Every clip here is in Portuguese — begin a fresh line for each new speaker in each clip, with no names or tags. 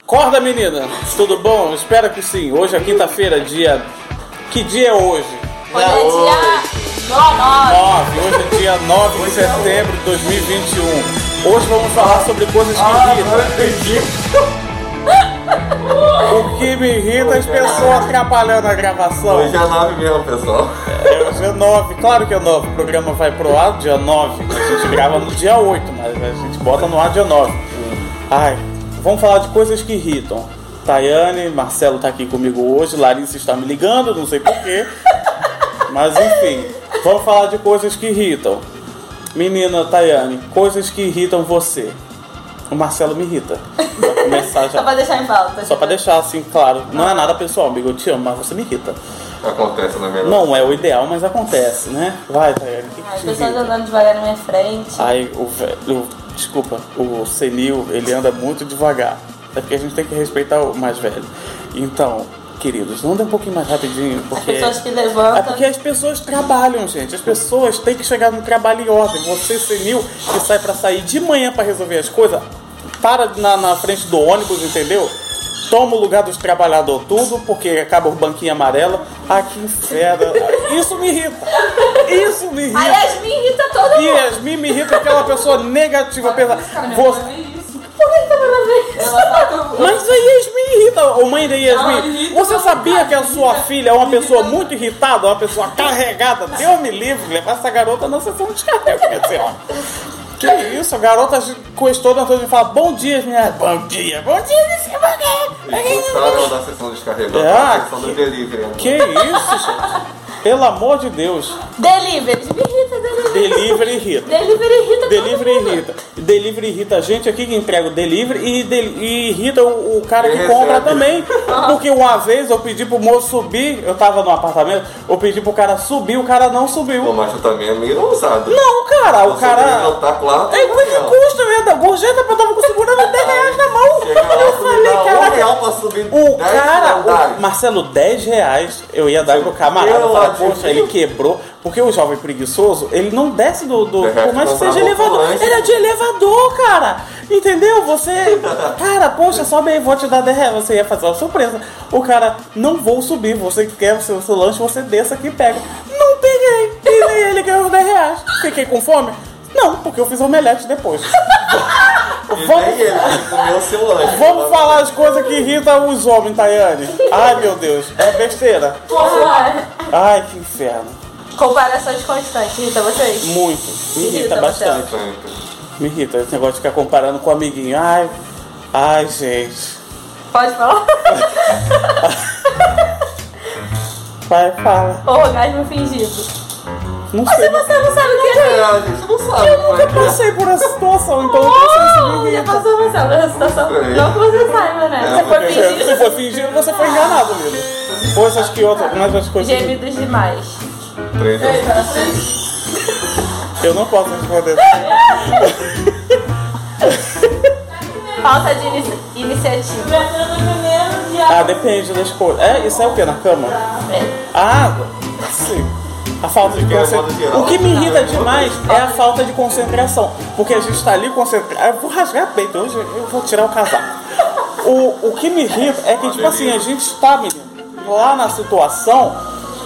Acorda, menina! Tudo bom? Espero que sim. Hoje é quinta-feira, dia. Que dia é hoje?
Hoje é dia 9.
9. Hoje é dia 9 de setembro de 2021. Hoje vamos falar sobre coisas que irritam. O que me irrita é as pessoas atrapalhando a gravação.
Hoje é 9 mesmo, pessoal.
É, hoje é 9, claro que é 9. O programa vai pro ar dia 9. A gente grava no dia 8, mas a gente bota no ar dia 9. Ai, vamos falar de coisas que irritam. Tayane, Marcelo tá aqui comigo hoje, Larissa está me ligando, não sei porquê. Mas enfim, vamos falar de coisas que irritam. Menina Tayane, coisas que irritam você. O Marcelo me irrita. Pra começar
Só
já.
pra deixar em tipo, pauta.
Só pra deixar assim, claro. Não é nada pessoal, amigo, eu te amo, mas você me irrita.
Acontece na minha
Não é o ideal, mas acontece, né? Vai, Tayane, o que,
Ah,
que
As
te
pessoas
irrita?
andando devagar na minha frente.
Aí o velho. Desculpa, o senil, ele anda muito devagar. É porque a gente tem que respeitar o mais velho. Então, queridos, anda um pouquinho mais rapidinho,
As
porque.
pessoas que
É
levantam.
porque as pessoas trabalham, gente. As pessoas têm que chegar no trabalho em ordem. Você, senil, que sai pra sair de manhã pra resolver as coisas, para na, na frente do ônibus, entendeu? Toma o lugar dos trabalhadores tudo, porque acaba o banquinho amarelo. Ah, que inferno. Isso me irrita. Isso me irrita.
A Yasmin irrita todo
E
mundo.
Yasmin me irrita aquela pessoa negativa, pensa. Você...
Por que que tá me isso?
Mas a Yasmin irrita, ô mãe da
Ela
Yasmin.
irrita,
Você
ela
sabia
irrita.
que a sua filha é uma pessoa muito irritada, uma pessoa carregada? Deus me livre, levar essa garota na sessão de carrega, minha senhora. Que isso, a garota encostou na torre e fala: Bom dia, minha. Bom dia, bom dia, não sei
Expulsaram ela da sessão descarregada,
Ah,
da sessão do delivery. né?
Que isso, gente? Pelo amor de Deus.
Delivery. Me irrita, delivery.
Delivery irrita.
Delivery irrita
Delivery
todo mundo.
irrita. Delivery irrita a gente aqui que entrega o delivery e, del- e irrita o, o cara que
Quem
compra
recebe.
também. Porque uma vez eu pedi pro moço subir, eu tava no apartamento, eu pedi pro cara subir, o cara não
O
subiu.
macho também é meio ousado.
Não, cara, o
Você vem
cara.
jantar com lá,
É quanto que custa, eu ia dar gorjeta, eu tava com segurando 10 reais na mão.
Chega lá,
Eu
me dá
falei,
um
caraca.
real pra subir
O
10
cara,
andares.
o Marcelo, 10 reais eu ia dar pro camarada.
Pelo
Falar,
amor de
poxa, ele
Deus."
quebrou. Porque o jovem preguiçoso, ele não desce do. do
Deve
por mais que
comprar
seja
um
elevador.
ambulante.
Ele é de elevador, cara. Entendeu? Você. Cara, poxa, sobe aí, vou te dar 10 reais. Você ia fazer uma surpresa. O cara, não vou subir. Você quer o seu, seu lanche, você desça aqui e pega. Não peguei. E nem ele ganhou 10 reais. Fiquei com fome? Não, porque eu fiz omelete depois.
E
Vamos
nem ele, tipo, ele comeu o seu lanche.
Vamos falar as coisas que irritam os homens, Tayane. Ai, meu Deus. É besteira.
Ah,
Ai, que inferno.
Comparações constantes. Irrita vocês?
Muito. Me irrita
Irrita,
bastante.
Sempre.
Me irrita esse negócio de ficar comparando com o amiguinho. Ai, ai, gente.
Pode falar?
Vai, fala.
Orgasmo fingido.
Não
Você
sei.
não sabe, não sabe o que é.
É, a gente não sabe.
Eu nunca
como é que é.
passei por essa situação, então eu não sei se me
Oh, já
irrita.
passou você nessa situação. Não que você saiba, né? Você foi
Se
fingido.
for fingindo, você foi enganado, Lilo. Foi essas que outras, mais as coisas. que-
Gemidos demais.
Três anos de seis.
Eu não posso responder.
Falta de ini- iniciativa.
Ah, depende das coisas. É, isso é o que na cama?
É.
Ah, sim. A falta de
De modo
concentração.
geral.
O que me irrita demais é a falta de concentração. Porque a gente tá ali concentrado. Eu vou rasgar peito hoje, eu vou tirar o casaco. O, o que me irrita é que, tipo assim, a gente tá, menino, lá na situação.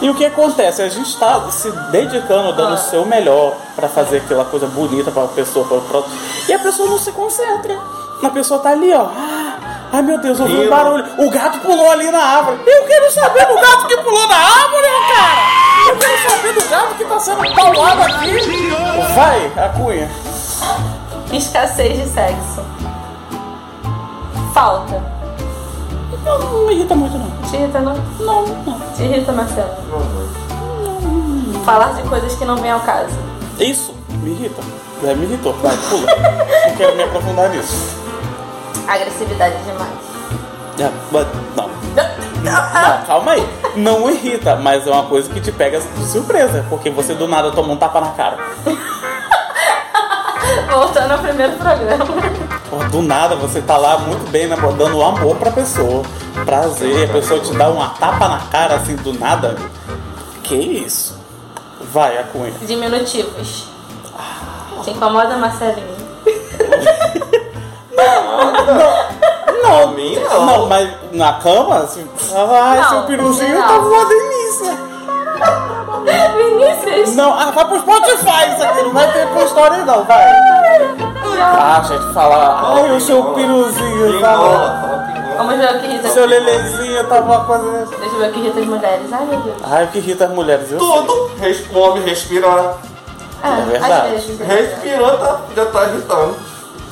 E o que acontece? A gente tá se dedicando, dando o seu melhor pra fazer aquela coisa bonita pra pessoa, pra pronto. E a pessoa não se concentra. A pessoa tá ali, ó. Ah, ai meu Deus, ouvi um
Ih,
barulho. O gato pulou ali na árvore. Eu quero saber do gato que pulou na árvore, cara! Eu quero saber do gato que tá sendo paulado aqui. Vai, a cunha.
Escassez de sexo. Falta.
Não, não me irrita muito, não.
Te irrita, não?
Não, não.
Te irrita, Marcelo. Falar de coisas que não vêm ao caso.
É Isso me irrita. É, me irritou. Vai, pula. Não quero me aprofundar nisso.
Agressividade demais.
É, mas, não. Não, calma aí. Não irrita, mas é uma coisa que te pega de surpresa. Porque você do nada toma um tapa na cara.
Voltando ao primeiro programa.
Pô, Do nada você tá lá muito bem, né, pô, dando amor pra pessoa. Prazer, e a pessoa te dá uma tapa na cara assim do nada. Que isso? Vai, a cunha.
Diminutivos. Te incomoda, Marcelinho?
Não,
Pra mim, não.
Não, mas na cama, assim, ai,
Não,
seu piruzinho
não.
tá uma delícia.
Vinícius!
Não, ah, vai pro Spotify isso aqui, não vai ter pro história não, vai. Ah, gente, fala, ai, o seu piruzinho
Pingola,
tá...
fala pingola.
Vamos ver o que irrita.
Seu lelezinho tá uma coisa...
Deixa eu ver o que irrita as mulheres. Ai, meu Deus.
Ai, o que irrita as mulheres, viu?
Tudo. Res- O homem respira.
Ah,
É verdade.
Às vezes.
Respirando tá- já tá irritando.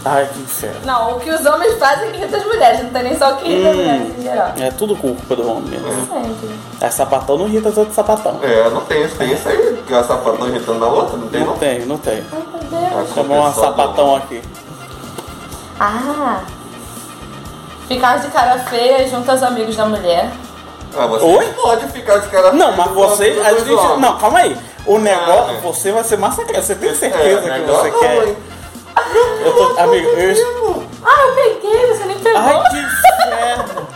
Ai, que inferno.
Não, o que os homens fazem é que irrita as mulheres. Não tem nem só o
Hum.
que irrita as mulheres em geral.
É tudo culpa do homem. né?
Sempre.
É sapatão não irrita os outros sapatão.
É, não tem isso, tem isso aí. Que a sapatão irritando a outra, não tem
Não
não?
tem, não tem.
Ai, meu Deus.
Chamou uma sapatão aqui.
Ah! Ficar de cara feia junto aos amigos da mulher.
Ah, você
Oi?
pode ficar de cara
Não,
feia
mas
com
você.
todos
A
os
gente,
homens.
não, calma aí. O negócio,
é.
você vai ser massacrado. Você tem
É,
certeza que
melhor
você
não,
quer.
hein?
Eu tô, amigo, eu.
Ah, eu peguei, você nem pegou.
Ai, que inferno.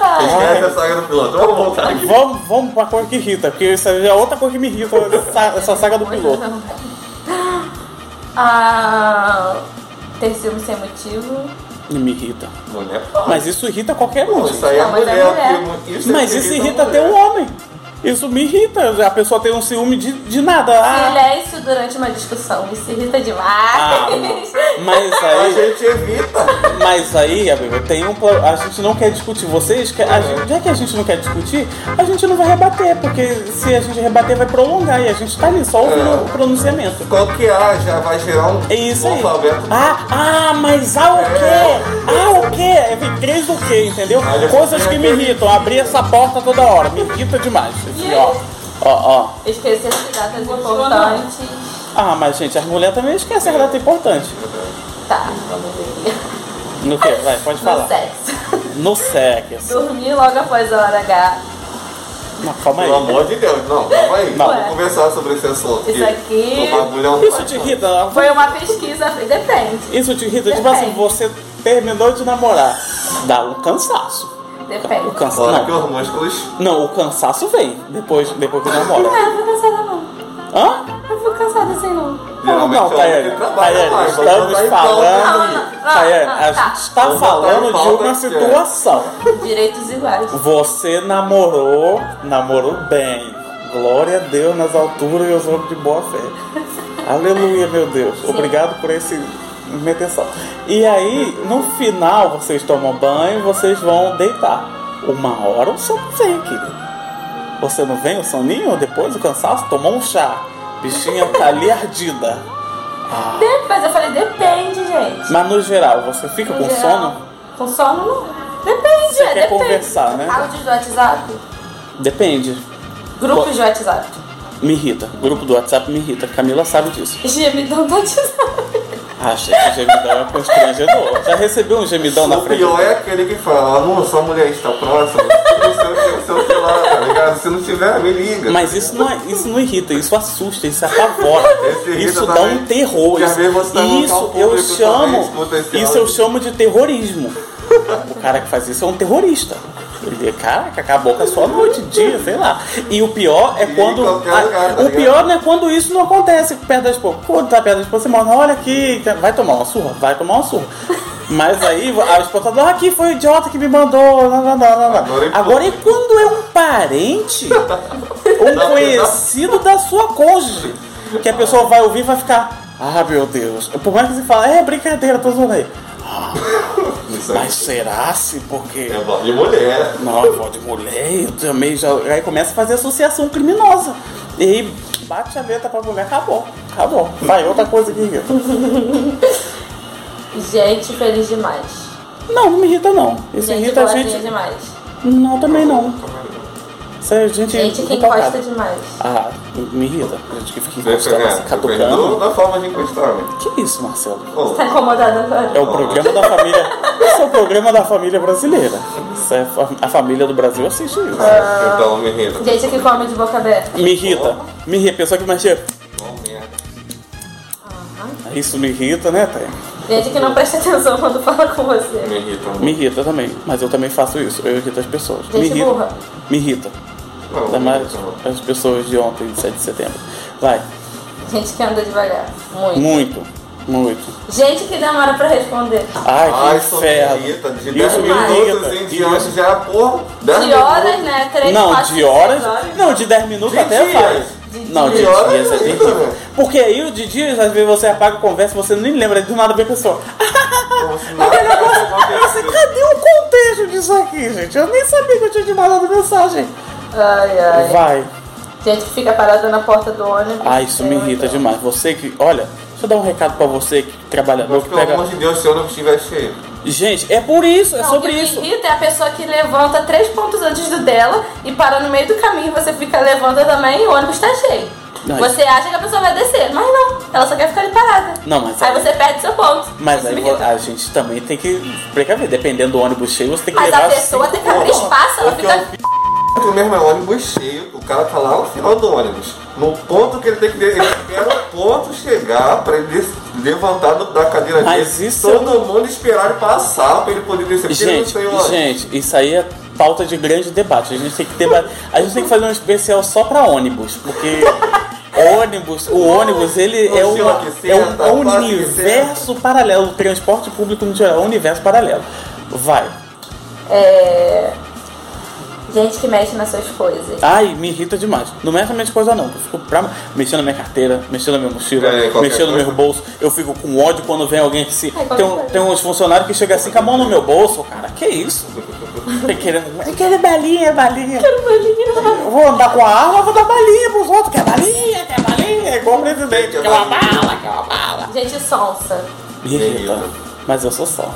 Ah, é.
Esquece a saga do piloto. Vamos voltar aqui.
Vamos, vamos pra coisa que irrita, porque isso aí é outra coisa que me irrita, essa, essa saga do piloto.
Ah, ter ciúme sem motivo.
E me irrita.
Mulher fala.
Mas isso irrita qualquer um.
Não,
gente.
é isso aí é
Não, mas é
mulher.
mulher.
porque
Mas isso irrita até o
mulher.
homem. Isso me irrita. A pessoa tem um ciúme de, de nada. Ah,
Silêncio durante uma discussão. Isso irrita
ah,
demais.
mas
A
aí.
gente evita.
Mas aí, amigo, tem um plano. A gente não quer discutir. Vocês que- a gente- já que a gente não quer discutir, a gente não vai rebater, porque se a gente rebater vai prolongar e a gente tá ali só ouvindo o pronunciamento.
Qual que é? Já vai gerar um
É isso aí.
alfabeto.
Ah, ah, mas ah o
É.
quê? Ah o quê? Vem três do quê, entendeu?
Olha,
Coisas que me
aquele-
irritam. Abrir essa porta toda hora. Me irrita demais. Assim, ó. Ó, ó.
Esquecer de datas importantes.
Ah, mas gente, as mulheres também esquecem a data importante.
Tá, vamos ver.
No que? Vai, pode
No
falar.
sexo.
No sexo.
Dormir logo após a hora H.
Não, calma aí.
Pelo amor de Deus, não, calma aí.
Ah, Não.
Vamos conversar sobre esse assunto.
Isso aqui-
O bagulho é um
Isso te irrita?
Foi uma pesquisa, depende.
Isso te irrita? Tipo assim, você terminou de namorar. Dá um cansaço. O
Depende.
cansaço.
Fora que
Não.
os músculos.
Não, o cansaço vem depois, depois que namora.
Ah, eu vou cansada não.
Hã?
Eu vou cansada assim não.
Não,
Geralmente é
não,
o homem que
Tayane.
trabalha então,
Tayane,
mais,
estamos
vai botar em Ah, pauta.
Não, não,
falando.
não,
Tayane,
não,
a
tá.
gente tá
Vamos botar
falando
em
de
pauta
uma
que é.
situação.
Direitos iguais.
Você namorou, namorou bem. Glória a Deus nas alturas e os homens de boa fé. Aleluia, meu Deus. Obrigado por esse meteção. E aí, no final, vocês tomam banho, vocês vão deitar. Uma hora o sono vem, querido. Você não vem o soninho depois, o cansaço? Tomou um chá. Bichinha tá ali ardida.
Depois eu falei, depende, gente.
Mas no geral, você fica
No
com
geral,
sono?
Com sono não. Depende, é,
Você quer
depende.
conversar, né?
Áudios do WhatsApp,
Depende.
grupos de WhatsApp.
Me irrita. Grupo do WhatsApp me irrita. Camila sabe disso.
Gemidão do um WhatsApp.
Achei que gemidão é constrangedor. Já recebi um gemidão na
O
frente.
pior é aquele que fala, amor, sua mulher está próxima, não sei o que, não sei o que lá, tá ligado? Se não tiver, me liga.
Mas isso não, é- isso não irrita, isso assusta, isso apavora.
Esse irrita
Isso dá
também.
um terror.
Porque às
Isso,
vezes você tá num local
isso eu
público também,
chamo.
escuta esse
Isso
áudio.
eu chamo de terrorismo. O cara que faz isso é um terrorista. Ele, caraca, acabou com a sua noite, dia, sei lá. E o pior é
E em
quando.
qualquer
a-
lugar, tá
o
ligado?
pior não é quando isso não acontece perto da esposa. Quando tá perto da esposa, você manda, olha aqui, vai tomar uma surra, vai tomar uma surra. Mas aí a esposa fala, ah, aqui foi o idiota que me mandou. Não, não, não, não, não.
Agora é
Agora e quando é um parente?
Não,
um conhecido da sua cônjuge. Que a pessoa vai ouvir e vai ficar, ah meu Deus. Por mais que você fale, é brincadeira, tô zoando aí.
Ah, Isso aí
Mas será se porque.
é voz de mulher.
Não, eu vou de mulher, eu também já. Aí começa a fazer associação criminosa. E aí bate a meta pra mulher, acabou, acabou. Vai, outra coisa que irrita.
Gente feliz demais.
Não, não me irrita não. Isso irrita a
boazinha
gente.
demais.
Não, também não. Isso é gente.
Gente que
intocada.
encosta demais.
Ah, me irrita. Gente que fica
Depende,
encostando, se
depende do-
catucando.
da forma de encostar, né?
Que isso, Marcelo?
Bom,
Tá incomodada
É
agora?
o programa da família. Isso é o programa da família brasileira. Isso é fa- a família do Brasil assiste isso.
Então, me irrita.
Gente que come de boca aberta.
Me irrita. Me irrita. Pessoa que mexe.
Bom, merda.
Isso me irrita, né, Thay?
Gente que não presta atenção quando fala com você.
Me irrita.
Me irrita também. Mas eu também faço isso. Eu irrito as pessoas.
Gente
me irrita.
burra.
Me irrita.
Não,
Ainda mais
não.
as pessoas de ontem, de 7 de setembro. Vai.
Gente que anda devagar. Muito.
Muito. Muito.
Gente que demora pra responder.
Ai, que
Ai, isso me
inferno.
irrita. De 10
Isso me
minutos em
irrita.
diante já é porra. 10
De horas, né? Três,
Não,
quatro,
de
cinco,
horas.
seis
Não, de 10 minutos
De
até
dias.
faz.
De
Não, de
dias.
dias é terrível.
Isso.
Porque aí o de dias, às vezes você apaga a conversa e você nem lembra, do nada vem a pessoa.
minutos. Nada
Nossa,
aconteceu.
cadê o contexto disso aqui, gente? Eu nem sabia que eu tinha te mandado mensagem.
Ai, ai.
Vai.
Gente que fica parada na porta do ônibus.
Ah, isso me
Eu-
irrita demais. Você que. Olha, deixa eu dar um recado pra você que trabalhador
Mas
que
pelo amor
pega.
de Deus, se eu não estiver cheio.
Gente, é por isso, é
Não,
sobre
o que
isso.
me irrita é a pessoa que levanta três pontos antes do dela e para no meio do caminho, você fica levanta também e o ônibus tá cheio.
Não,
você acha que a pessoa vai descer, mas não, ela só quer ficar ali parada.
Não, mas
aí
aí-
você perde seu ponto.
Mas
Isso
aí
me
vo-
irrita.
a gente também tem que precaver. Dependendo do ônibus cheio, você tem que
Mas
levar.
a pessoa tem que abrir
Porra,
espaço, ela
porque
fica.
eu Tu mesmo é ônibus cheio, o cara tá lá no final do ônibus. No ponto que ele tem que. Ele espera o ponto chegar pra ele des- levantar do- da cadeira
Mas
dele.
isso é
todo mundo esperar ele passar pra ele poder descer. Porque ele não
Gente,
tem ônibus.
gente, isso aí é pauta de grande debate. A gente tem que debater. A gente tem que fazer um especial só pra ônibus, porque ônibus, o ônibus, ele é,
Mochila
uma,
que
é um,
senta,
é um
classe que
universo paralelo. O transporte público no geral é um universo paralelo. Vai.
É. Gente que mexe nas suas coisas.
Ai, me irrita demais. Não mexe na minha coisa não. Eu fico pra... mexendo na minha carteira, mexendo na minha mochila,
É, qualquer
mexendo no meu
coisa.
bolso. Eu fico com ódio quando vem alguém que se.
qualquer
Tem, um-
coisa.
tem uns funcionários que chegam assim com a mão no meu bolso, cara. Que isso? Tem Querendo... É Querendo balinha, balinha. Eu vou andar com a arma, eu vou dar balinha pros outros. Quer balinha, quer balinha. É igual o presidente.
Quer
Quer uma
balinha.
bala, quer uma bala.
Gente sonsa.
Me irrita.
irrita.
Mas eu sou só.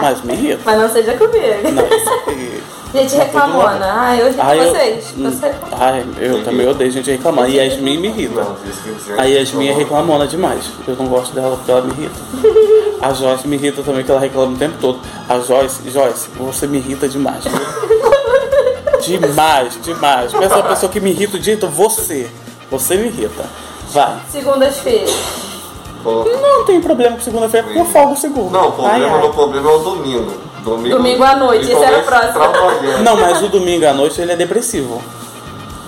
Mas me irrita.
Mas não seja comigo.
Não, isso aí-
Gente reclamona. Ai, Ah, eu Hum. irrito vocês.
Eu, Hum.
Você-
Ai, eu também odeio gente reclamar. E Yasmin me irrita.
Não, isso que eu disse.
A Yasmin é reclamona demais. Eu não gosto dela porque ela me irrita. A Joyce me irrita também, que ela reclama o tempo todo. A Joyce, Joyce, você me irrita demais. demais, demais. Pensa uma pessoa que me irrita o dia todo, você. Você me irrita. Vai.
Segundas-feiras.
Pô.
Não tem problema com segunda-feira, porque eu folgo segunda.
Não, o problema,
Ai, ai.
meu problema é o domingo. Domingo,
Domingo à noite, esse era o próximo.
Trabalhando.
Não, mas o domingo à noite ele é depressivo.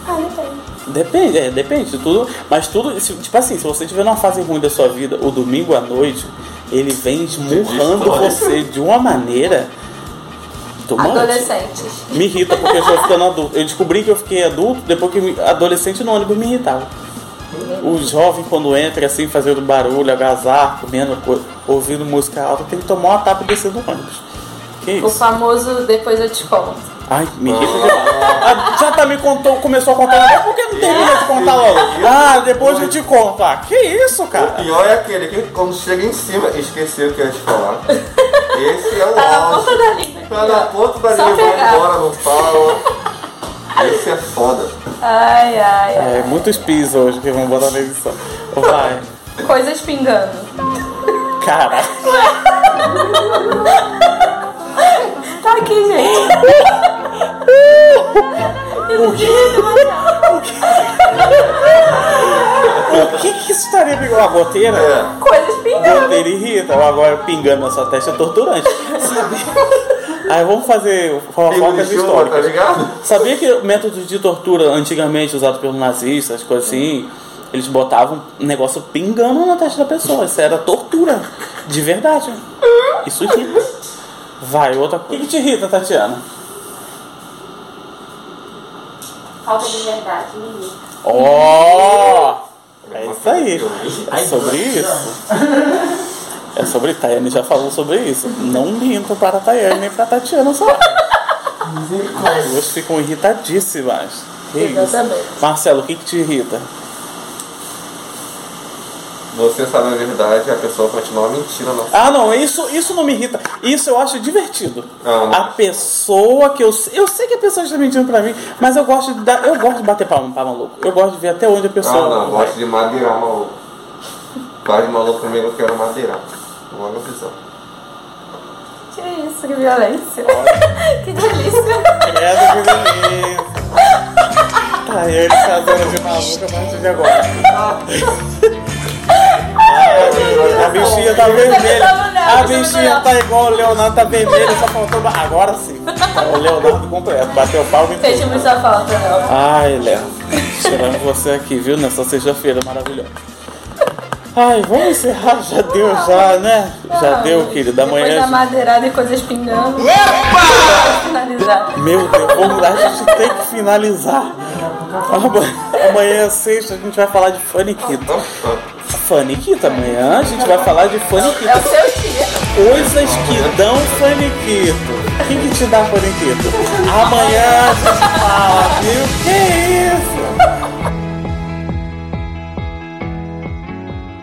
Ah, não tem.
Depende, é, depende de tudo. Mas tudo, se- tipo assim, se você tiver numa fase ruim da sua vida, o domingo à noite, ele vem esmurrando
destrói.
você de uma maneira. tomante.
Adolescentes.
Me irrita porque eu estou ficando adulto. Eu descobri que eu fiquei adulto depois que me- adolescente no ônibus me irritava. O jovem, quando entra assim, fazendo barulho, agasalho, comendo coisa, ouvindo música alta, tem que tomar uma tapa e descer do ônibus. Que
O
isso?
famoso depois eu te conto.
Ai, me irrita demais. Ah, já tá me contou, começou a contar logo. Por que não termina de contar logo? Ah, depois eu te conto. Ah, que isso,
O
cara?
pior é aquele que quando chega em cima, esqueceu o que eu ia te falar. Esse é o
Tá na
auge.
ponta da língua.
Tá na ponta da
Só
língua, vai
pegar.
embora, não fala. Esse é foda.
Ai, ai, ai.
É, muitos pis hoje que vão botar na edição. Vai.
Coisas pingando.
Cara,
Tá aqui, gente.
o que que isso estaria pegando? Uma goteira?
É,
Coisas pingando.
Goteira irrita. Agora pingando na sua testa é torturante. Sabia? Aí vamos fazer
pingo de
fofocas
chuva, tá
históricas.
ligado?
Sabia que métodos de tortura antigamente usados pelos nazistas, coisas assim, eles botavam um negócio pingando na testa da pessoa. Isso era tortura. De verdade. Isso irrita. Vai, outra coisa. O que, que te irrita, Tatiana?
Falta de verdade, menina.
Ó! é isso aí. É sobre isso. É sobre Tayane, já falou sobre isso. Não minto para a Tayane nem para a Tatiana só. As duas ficam irritadíssimas. Que isso.
Exatamente.
Marcelo, o que, que te irrita?
Você sabe a verdade, a pessoa continua mentindo na
Ah, não, isso, isso não me irrita. Isso eu acho divertido.
Ah, Não, não.
A pessoa que eu. Eu sei que a pessoa está mentindo pra mim, mas eu gosto de dar, eu gosto de bater palma pra maluco. Eu gosto de ver até onde a
Ah,
pessoa.
não, eu
vai.
gosto de madeirar, maluco. Quase maluco comigo, eu quero madeirar. Logo a visão.
Que isso, que violência. que delícia.
Essa que delícia. Tá, ele tá dando de maluca a partir de agora.
Ah,
A bichinha tá vermelha. A bichinha tá igual o Leonardo, tá vermelha, só faltou. ba- Agora sim. O Leonardo completo, bateu palma e tudo.
Sentimos sua falta, não.
Ai, Léo. Cheirando você aqui, viu? Nessa sexta-feira maravilhosa. Ai, vamos encerrar, já deu, já, né? Já deu, querido.
Depois
Amanhã.
da madeirada e coisas pingando. Pra finalizar.
Meu Deus, vamos lá, a gente tem que finalizar. Ama- Amanhã é sexta, a gente vai falar de Faniquita. Faniquita, amanhã a gente vai falar de
É o
Faniquita.
seu dia.
Coisas que dão Faniquito. Quem que te dá Faniquito? Amanhã a gente fala, viu?